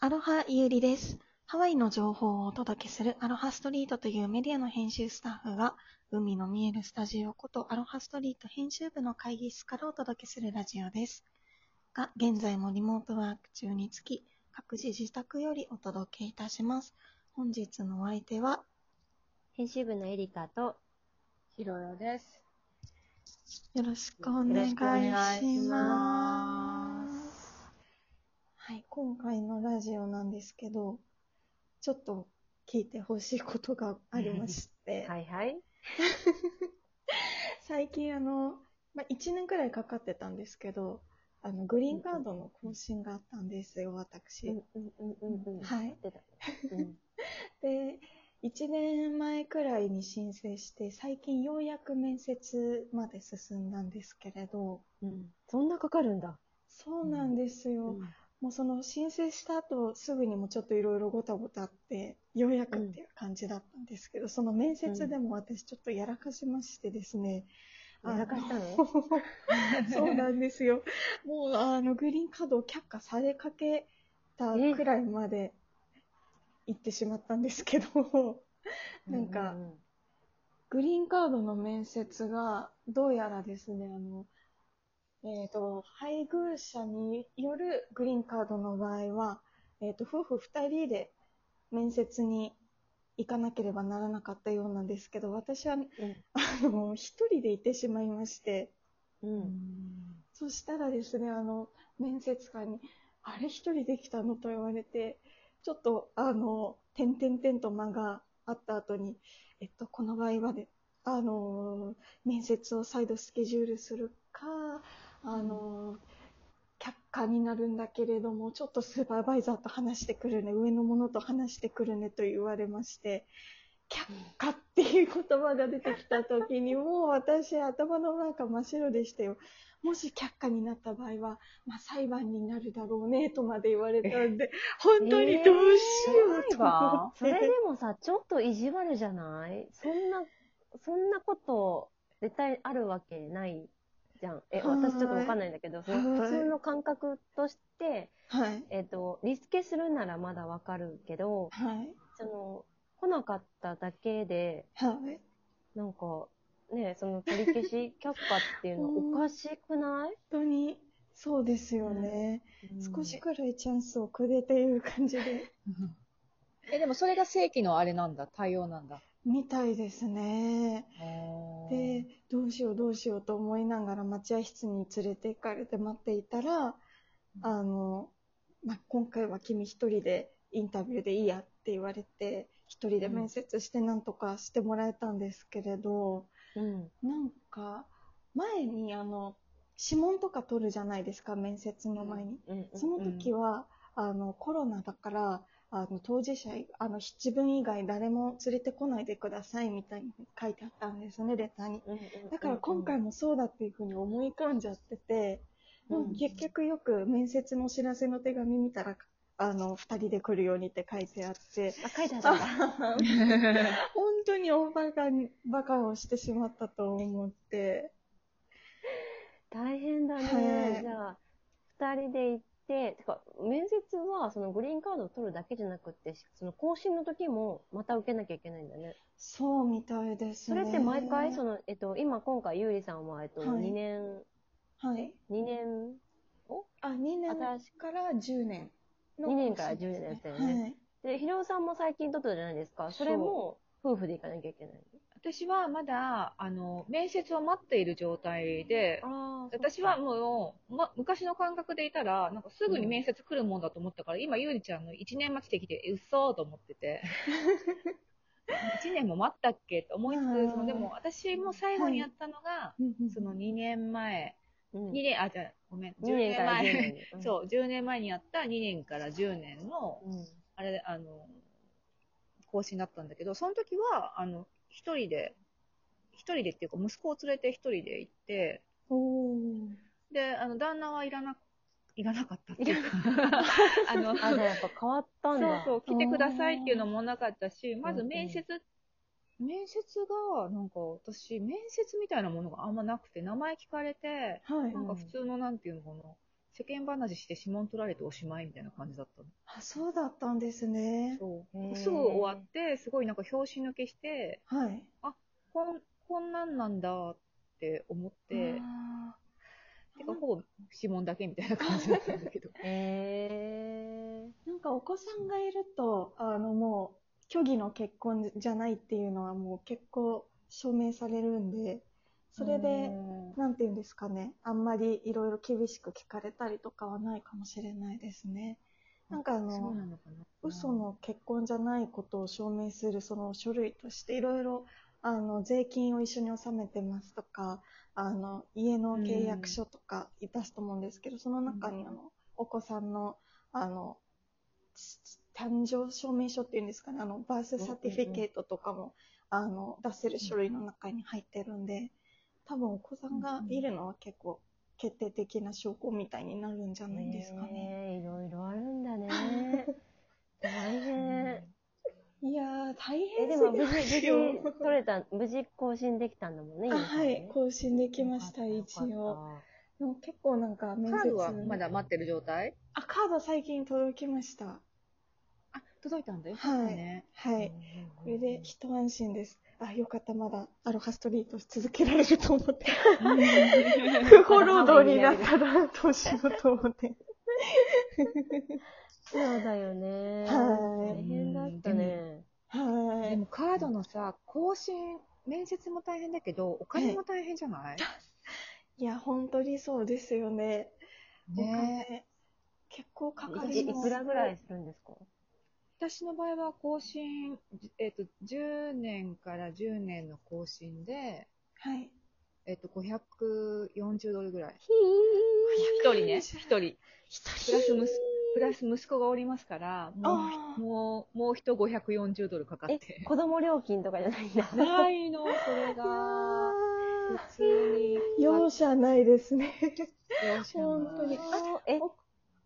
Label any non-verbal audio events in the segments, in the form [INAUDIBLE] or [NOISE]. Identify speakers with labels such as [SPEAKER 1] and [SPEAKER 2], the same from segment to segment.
[SPEAKER 1] アロハイユリです。ハワイの情報をお届けするアロハストリートというメディアの編集スタッフが海の見えるスタジオことアロハストリート編集部の会議室からお届けするラジオです。が、現在もリモートワーク中につき各自自宅よりお届けいたします。本日のお相手は
[SPEAKER 2] 編集部のエリカと、
[SPEAKER 3] ひろよです。
[SPEAKER 1] よろしくお願いします。
[SPEAKER 3] す。
[SPEAKER 1] はい、今回のラジオなんですけど、ちょっと聞いてほしいことがありまして、
[SPEAKER 2] いはい。
[SPEAKER 1] 最近あの、まあ、1年くらいかかってたんですけど、あの、グリーンカードの更新があったんですよ、私。
[SPEAKER 2] うんうんうんうんうん。
[SPEAKER 1] はい。
[SPEAKER 2] 出た。うん。
[SPEAKER 1] で、1年前くらいに申請して、最近ようやく面接まで進んだんですけれど、
[SPEAKER 2] うん。そんなかかるんだ。
[SPEAKER 1] そうなんですよ。
[SPEAKER 2] うん
[SPEAKER 1] もうその申請した後すぐにもちょっといろいろごたごたあってようやくっていう感じだったんですけど、その面接でも私ちょっとやらかしましてですね、あの
[SPEAKER 2] やらかしたの
[SPEAKER 1] そうなんですよもうあのグリーンカードを却下されかけたくらいまで行ってしまったんですけど、なんか、
[SPEAKER 2] うう
[SPEAKER 1] グリーンカードの面接が、どうやらですね、あの、えっ、と、配偶者によるグリーンカードの場合は、えっ、と、夫婦二人で面接に行かなければならなかったようなんですけど、私は、あの、 [LAUGHS] 一人で行ってしまいまして、
[SPEAKER 2] うん。うん。
[SPEAKER 1] そしたらですね、あの、面接官に、あれ一人できたのと言われて、ちょっと、あの、点々点と間があった後に、えっと、この場合はで、あの、面接を再度スケジュールするか、あの、却下になるんだけれども、ちょっとスーパーバイザーと話してくるね、上の者と話してくるねと言われまして、却下っていう言葉が出てきた時に、もう私頭の中真っ白でしたよ。もし却下になった場合は、まあ、裁判になるだろうね、とまで言われたんで、本当にどうしようと思って。
[SPEAKER 2] それでもさ、ちょっと意地悪じゃないそんな、そんなこと、絶対あるわけないじゃん。え、
[SPEAKER 1] はい
[SPEAKER 2] 私ちょっとわかんないんだけど、その
[SPEAKER 1] はい
[SPEAKER 2] 普通の感覚として、
[SPEAKER 1] はい。
[SPEAKER 2] えっと、リスケするならまだわかるけど、
[SPEAKER 1] はい。
[SPEAKER 2] その、来なかっただけで、
[SPEAKER 1] はい。
[SPEAKER 2] なんか、ねその取り消し
[SPEAKER 1] [LAUGHS]
[SPEAKER 2] 却下っていうの
[SPEAKER 1] うん
[SPEAKER 2] おかしくない、
[SPEAKER 1] 本当に、そうですよね。少しくらいチャンスをくれている感じで、
[SPEAKER 3] [LAUGHS] え、でもそれが正規のあれなんだ、対応なんだ。
[SPEAKER 1] みたいですね。
[SPEAKER 3] で
[SPEAKER 1] で、、どうしようどうしようと思いながら待合室に連れて行かれて待っていたら、あの、まあ、今回は君一人でインタビューでいいやって言われて、一人で面接してなんとかしてもらえたんですけれど、
[SPEAKER 2] うん。
[SPEAKER 1] なんか、前にあの、指紋とか取るじゃないですか、面接の前に。
[SPEAKER 2] うん。
[SPEAKER 1] その時
[SPEAKER 2] は、
[SPEAKER 1] は、あの、コロナだから、あの、当事者、あの、自分以外誰も連れてこないでくださいみたいに書いてあったんですね、レターに。
[SPEAKER 2] うんうんうんうん
[SPEAKER 1] だから今回もそうだっていうふうに思い込んじゃってて、もう結局よく面接のお知らせの手紙見たら、あの、二人で来るようにって書いてあって、
[SPEAKER 2] あ、書いてあったんだ。
[SPEAKER 1] あ本当に大バカに、バカをしてしまったと思って、
[SPEAKER 2] 大変だね。
[SPEAKER 1] はい
[SPEAKER 2] じゃあ、二人で行って、てか、面接は、そのグリーンカードを取るだけじゃなくて、その更新の時も、また受けなきゃいけないんだね。
[SPEAKER 1] そうみたいです
[SPEAKER 2] そ
[SPEAKER 1] ね。
[SPEAKER 2] れって毎回、そ
[SPEAKER 1] の、
[SPEAKER 2] の、えっと、今、今回、ゆうりさんは、えっと、
[SPEAKER 1] はい
[SPEAKER 2] 二年、
[SPEAKER 1] はい。
[SPEAKER 2] 二年、
[SPEAKER 1] あ、2年
[SPEAKER 2] 新し
[SPEAKER 1] から10年の
[SPEAKER 2] 二年から10年のやつだよね。で、ひろさんも最近取ったじゃないですか。それも、夫婦で行かなきゃいけない。
[SPEAKER 3] 私はまだ、あの、面接を待っている状態で、
[SPEAKER 2] ああ
[SPEAKER 3] 私はもう、ま、昔の感覚でいたら、なんかすぐに面接来るもんだと思ったから、今、ゆうりちゃんの1年待ちできて、うっそーと思ってて。1年も待ったっけと思いつ
[SPEAKER 1] うん
[SPEAKER 3] つ、そのでも私も最後にやったのが、その2年前、
[SPEAKER 2] うん、
[SPEAKER 3] 2年、あ、じゃあごめん、
[SPEAKER 2] 2年
[SPEAKER 3] 10年
[SPEAKER 2] から10
[SPEAKER 3] 前。
[SPEAKER 2] 年に。うん
[SPEAKER 3] そう、10年前にやった2年から10年の、
[SPEAKER 2] うん。
[SPEAKER 3] あれ、あの、更新だったんだけど、その時は、あの、一人で、一人でっていうか、息子を連れて一人で行って、
[SPEAKER 1] お
[SPEAKER 3] で、あの、旦那はいらな、いらなかったっていうか、 [LAUGHS] あの、
[SPEAKER 2] あ、じゃあやっぱ変わったんだ。
[SPEAKER 3] そううそう、来てくださいっていうのもなかったし、まず
[SPEAKER 2] うん
[SPEAKER 3] 面接、面接が、なんか私、面接みたいなものがあんまなくて、名前聞かれて、
[SPEAKER 1] はい
[SPEAKER 3] なんか普通のなんていうのかな、世間話して指紋取られておしまいみたいな感じだったの。
[SPEAKER 1] あ、そうだったんですね。
[SPEAKER 3] そう
[SPEAKER 2] へー
[SPEAKER 3] すぐ終わって、すごいなんか拍子抜けして、
[SPEAKER 1] はい。
[SPEAKER 3] こんこんなんなんだって思って、
[SPEAKER 1] あー
[SPEAKER 3] てかほぼ指紋だけみたいな感じだったんだけど。
[SPEAKER 2] え
[SPEAKER 1] なんかお子さんがいると、あのもう、虚偽の結婚じゃないっていうのはもう結構証明されるんで、 [LAUGHS] それで、なんていうんですかね、あんまりいろいろ厳しく聞かれたりとかはないかもしれないですね。なんかあ
[SPEAKER 3] うん、そう
[SPEAKER 1] の、
[SPEAKER 3] なのかな。
[SPEAKER 1] 嘘の結婚じゃないことを証明するその書類としていろいろ、あの、税金を一緒に納めてますとか、あの、家の契約書とか出すと思うんですけど、その中にあの、お子さんの、あの、つつ誕生証明書っていうんですかね、あの、バースサティフィケートとかも、あの、出せる書類の中に入ってるんで、多分お子さんがいるのは結構決定的な証拠みたいになるんじゃ
[SPEAKER 2] ー、
[SPEAKER 1] ないですかね。
[SPEAKER 2] えーいろいろあるん
[SPEAKER 1] [LAUGHS]
[SPEAKER 2] だね。大変。
[SPEAKER 1] いやー、大
[SPEAKER 2] え、
[SPEAKER 1] 変
[SPEAKER 2] ですも
[SPEAKER 1] ぎ
[SPEAKER 2] 無
[SPEAKER 1] ま
[SPEAKER 2] 事、無事
[SPEAKER 1] すよ。
[SPEAKER 2] 取れた、無事更新できたんだもんね、
[SPEAKER 1] あ
[SPEAKER 2] 今ね
[SPEAKER 1] はい、更新できました、
[SPEAKER 2] よ
[SPEAKER 1] 一
[SPEAKER 2] かったよ
[SPEAKER 1] 応。
[SPEAKER 2] かっ
[SPEAKER 1] でも結構なんか面接
[SPEAKER 3] カードはまだ待ってる状態
[SPEAKER 1] あ、カード最近届きました。
[SPEAKER 3] あ、届いたんだよ。
[SPEAKER 1] はい
[SPEAKER 3] そうだね。
[SPEAKER 1] は
[SPEAKER 2] た。
[SPEAKER 1] い。こ
[SPEAKER 2] こ
[SPEAKER 1] れで一安心です。あ、よかった、まだアロハストリート続けられると思って。
[SPEAKER 2] [LAUGHS]
[SPEAKER 1] 不法労働になったらどうしようと思って。
[SPEAKER 2] そうだよね。
[SPEAKER 1] はい
[SPEAKER 2] 大変だったね。
[SPEAKER 1] [LAUGHS] は
[SPEAKER 3] で
[SPEAKER 1] い。
[SPEAKER 3] もカードのさ、更新、面接も大変だけど、お金も大変じゃない、
[SPEAKER 1] いや、本当にそうですよね。お
[SPEAKER 3] ねえ
[SPEAKER 1] 金結構かか
[SPEAKER 2] い
[SPEAKER 1] り
[SPEAKER 2] い
[SPEAKER 1] ます。
[SPEAKER 2] くらぐらいするんですか
[SPEAKER 3] 私の場合は更新、えっ、と、10年から10年の更新で、
[SPEAKER 1] はい。
[SPEAKER 3] えっ、と、540ドルぐらい。
[SPEAKER 2] ひー。
[SPEAKER 3] 一人ね、一人。
[SPEAKER 1] 一
[SPEAKER 3] プラス息プラス息子がおりますから、も
[SPEAKER 1] あ
[SPEAKER 3] う、
[SPEAKER 1] ー
[SPEAKER 3] もう、もう人540ドルかかっ
[SPEAKER 2] え、
[SPEAKER 3] て。
[SPEAKER 2] 子供料金とかじゃないんだ。
[SPEAKER 3] ないの、それが。普通に。
[SPEAKER 1] 容赦ないですね。
[SPEAKER 3] 容赦ない
[SPEAKER 1] 本当に
[SPEAKER 2] え、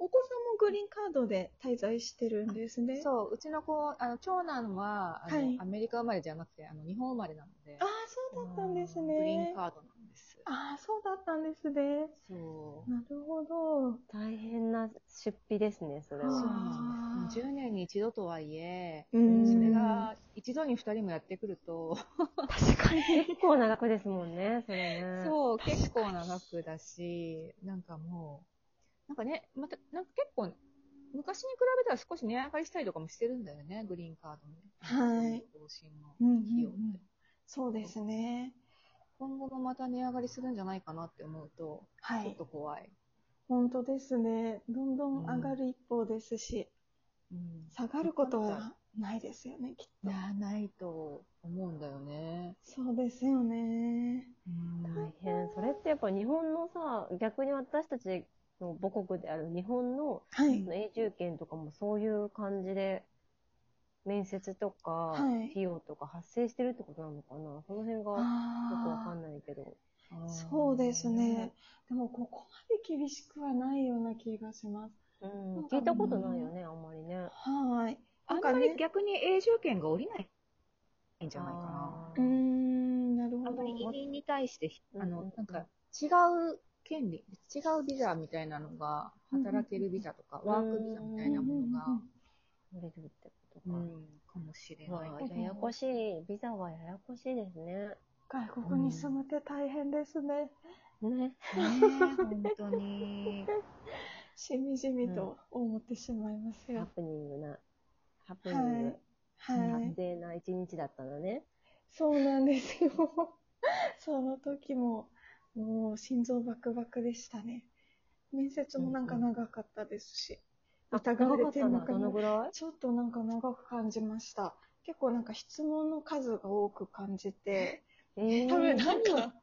[SPEAKER 1] お子さんもグリーンカードで滞在してるんですね。
[SPEAKER 3] そう、うちの子、あの、長男は、あの、
[SPEAKER 1] はい
[SPEAKER 3] アメリカ生まれじゃなくて、あの、日本生まれなので
[SPEAKER 1] あ、あ、そうだったんです
[SPEAKER 3] グリー
[SPEAKER 1] ね
[SPEAKER 3] ン。カードなんです。
[SPEAKER 1] ああ、そうだったんですね。
[SPEAKER 3] そう。
[SPEAKER 1] なるほど。
[SPEAKER 2] 大変な出費ですね、それ
[SPEAKER 1] あー
[SPEAKER 3] そう
[SPEAKER 2] は。
[SPEAKER 3] なんです。10年に一度とはいえ、
[SPEAKER 1] う
[SPEAKER 3] それ
[SPEAKER 1] ん
[SPEAKER 3] が、一度に二人もやってくると、
[SPEAKER 1] 確かに。
[SPEAKER 2] 結構長くですもんね、それね。
[SPEAKER 3] そう、結構長くだし、なんかもう、なんかね、また、なんか結構、昔に比べたら少し値上がりしたりとかもしてるんだよね、グリーンカードのね。
[SPEAKER 1] はい
[SPEAKER 3] 更新の
[SPEAKER 1] うんうん
[SPEAKER 3] 費用って。
[SPEAKER 1] うん [LAUGHS] そうですね。
[SPEAKER 3] 今後もまた値上がりするんじゃないかなって思うと、
[SPEAKER 1] は
[SPEAKER 3] ちょっ
[SPEAKER 1] い
[SPEAKER 3] と。怖い。
[SPEAKER 1] 本当ですね。どんどん
[SPEAKER 3] うん
[SPEAKER 1] 上がる一方ですし、
[SPEAKER 3] うん
[SPEAKER 1] 下がることはないですよね、きっ
[SPEAKER 3] い
[SPEAKER 1] と。
[SPEAKER 3] や、ないと思うんだよね。
[SPEAKER 1] そうですよね。
[SPEAKER 2] 大変。それってやっぱ日本のさ、逆に私たちの母国である日本の
[SPEAKER 1] はい。
[SPEAKER 2] 永住権とかもそういう感じで、面接とか
[SPEAKER 1] い、
[SPEAKER 2] 費用とか発生してるってことなのかな、その辺がよくわかんないけど。
[SPEAKER 3] うん
[SPEAKER 1] そうですね。。でも、ここまで厳しくはないような気がします。
[SPEAKER 2] うん、聞いたことないよね、あんまりね。
[SPEAKER 1] はい。
[SPEAKER 3] あ
[SPEAKER 1] なん
[SPEAKER 3] んま
[SPEAKER 1] かね
[SPEAKER 3] り逆に永住権が下りないんじゃないかな。
[SPEAKER 2] あ
[SPEAKER 1] う
[SPEAKER 2] ー
[SPEAKER 1] ーん、なるほ
[SPEAKER 3] あん
[SPEAKER 1] ど。
[SPEAKER 3] まり移民に対してひ、
[SPEAKER 2] うん
[SPEAKER 3] あ
[SPEAKER 2] うんう
[SPEAKER 3] の
[SPEAKER 2] ん、
[SPEAKER 3] なんか違う権利、違うビザみたいなのが、
[SPEAKER 1] うんうん
[SPEAKER 3] 働けるビザとか、
[SPEAKER 2] うん
[SPEAKER 3] ワークビザみたいなものが、
[SPEAKER 2] 降りるってこと
[SPEAKER 3] う
[SPEAKER 2] か。
[SPEAKER 3] ん、かもしれ
[SPEAKER 2] うわ
[SPEAKER 3] ない。
[SPEAKER 2] ややこしい。ビザはややこしいですね。
[SPEAKER 1] 外国に住むって大変ですね。
[SPEAKER 2] ね。
[SPEAKER 3] ねえ本当に。
[SPEAKER 1] しみじみと思ってしまいます
[SPEAKER 2] ハ
[SPEAKER 1] よ。
[SPEAKER 2] プニングな、ハプニング、
[SPEAKER 1] は
[SPEAKER 2] 発
[SPEAKER 1] い。
[SPEAKER 2] 生な一日だったのね。
[SPEAKER 1] そうなんですよ。 [LAUGHS] その時も、もう心臓バクバクでしたね。面接もなんか長かったですし、
[SPEAKER 2] あ
[SPEAKER 1] 疑われてるの
[SPEAKER 2] 長
[SPEAKER 1] か
[SPEAKER 2] ど
[SPEAKER 1] な
[SPEAKER 2] の。ぐらい
[SPEAKER 1] ちょっとなんか長く感じました。結構なんか質問の数が多く感じて、
[SPEAKER 2] えー、
[SPEAKER 1] 多分なん
[SPEAKER 2] 何を
[SPEAKER 1] か、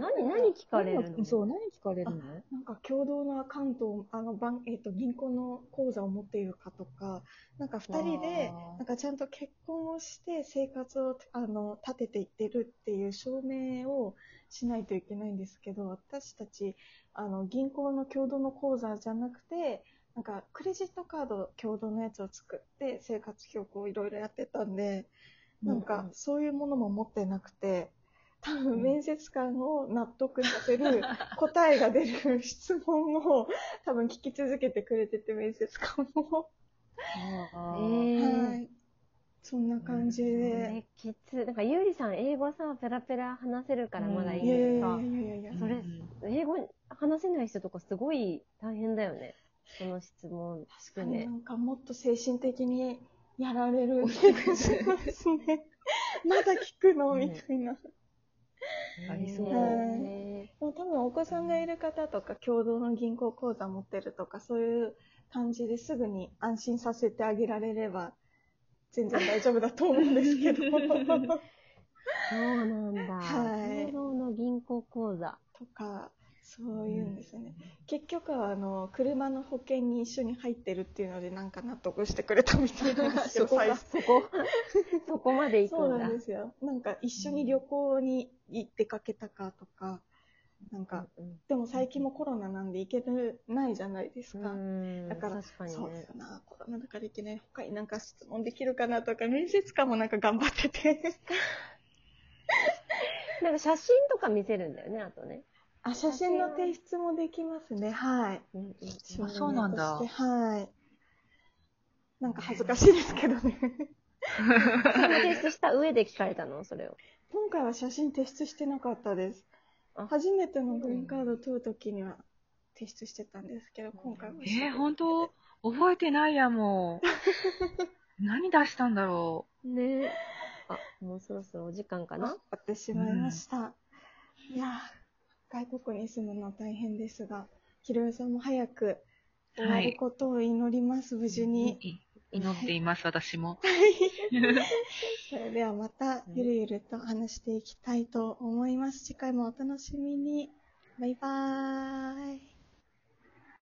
[SPEAKER 2] 何、何聞かれるの
[SPEAKER 3] そう、何聞かれるの
[SPEAKER 1] なんか共同のアカウントを、あの、番えっ、と、銀行の口座を持っているかとか、なんか二人で、
[SPEAKER 3] あー
[SPEAKER 1] なんかちゃんと結婚をして生活をあの立てていってるっていう証明をしないといけないんですけど、私たちあの銀行の共同の口座じゃなくて、なんかクレジットカード共同のやつを作って生活記録をいろいろやってたんで、なん
[SPEAKER 2] う
[SPEAKER 1] か
[SPEAKER 2] ん
[SPEAKER 1] そういうものも持ってなくて、多分面接官を納得させる [LAUGHS] 答えが出る質問を多分聞き続けてくれてて面接官も、
[SPEAKER 3] あ
[SPEAKER 2] え
[SPEAKER 3] ー
[SPEAKER 1] は
[SPEAKER 2] ー
[SPEAKER 1] いそんな感じで、
[SPEAKER 2] えきつ。なんか、ゆうりさん、英語さ、ペラペラ話せるからまだいい
[SPEAKER 3] うん
[SPEAKER 1] いやいや
[SPEAKER 2] で
[SPEAKER 1] い
[SPEAKER 2] す
[SPEAKER 1] や
[SPEAKER 2] か。
[SPEAKER 1] いやいや
[SPEAKER 2] それ英語話せない人とかすごい大変だよね。その質問。
[SPEAKER 1] 確かに
[SPEAKER 2] ね
[SPEAKER 1] なんかもっと精神的にやられる気がしますね。 [LAUGHS] まだ聞くのみたいな。
[SPEAKER 3] ありそう
[SPEAKER 2] えー
[SPEAKER 1] でも多分お子さんがいる方とか共同の銀行口座持ってるとかそういう感じですぐに安心させてあげられれば全然大丈夫だと思うんですけ [LAUGHS] ど
[SPEAKER 2] そうなんだ。
[SPEAKER 1] はい
[SPEAKER 2] 共同の銀行口座。
[SPEAKER 1] とかそういうんですよね、結局はあの車の保険に一緒に入ってるっていうのでなんか納得してくれたみたいなんですよ最初
[SPEAKER 2] そこ、そこまで行
[SPEAKER 1] そ
[SPEAKER 2] く
[SPEAKER 1] うん
[SPEAKER 2] だ
[SPEAKER 1] なん。ですよなんか一緒に旅行に行ってかけたかとかなんか
[SPEAKER 2] うん
[SPEAKER 1] でも最近もコロナなんで行けてないじゃないですか、
[SPEAKER 2] うん
[SPEAKER 1] だから
[SPEAKER 2] 確かに
[SPEAKER 1] そうで
[SPEAKER 2] ね
[SPEAKER 1] す。な。コロナだからいけない。他になんか質問できるかなとか、面接官もなんか頑張ってて。
[SPEAKER 2] なんか写真とか見せるんだよね、あとね。
[SPEAKER 1] あ、写真の提出もできますね。はい。
[SPEAKER 2] うんうんうん
[SPEAKER 3] あそうなんだ
[SPEAKER 1] 証明としてはい。なんか恥ずかしいですけどね。
[SPEAKER 2] 提出した上で聞かれたのそれを。
[SPEAKER 1] 今回は写真提出してなかったです
[SPEAKER 2] あ。
[SPEAKER 1] 初めてのグリーンカードを取るときには提出してたんですけど、今回は。
[SPEAKER 3] えー、本当覚えてないやも [LAUGHS] う。何出したんだろ
[SPEAKER 2] ねあ、もうそろそろお時間かな
[SPEAKER 1] な。ってしまいました。いやー、外国に住むのは大変ですが、ひろよさんも早く終わることを祈ります、無
[SPEAKER 3] う。
[SPEAKER 1] 事に。
[SPEAKER 3] い祈っています、私も。
[SPEAKER 1] それではまた、ゆるゆると話していきたいと思います。次回もお楽しみに。バイバーイ。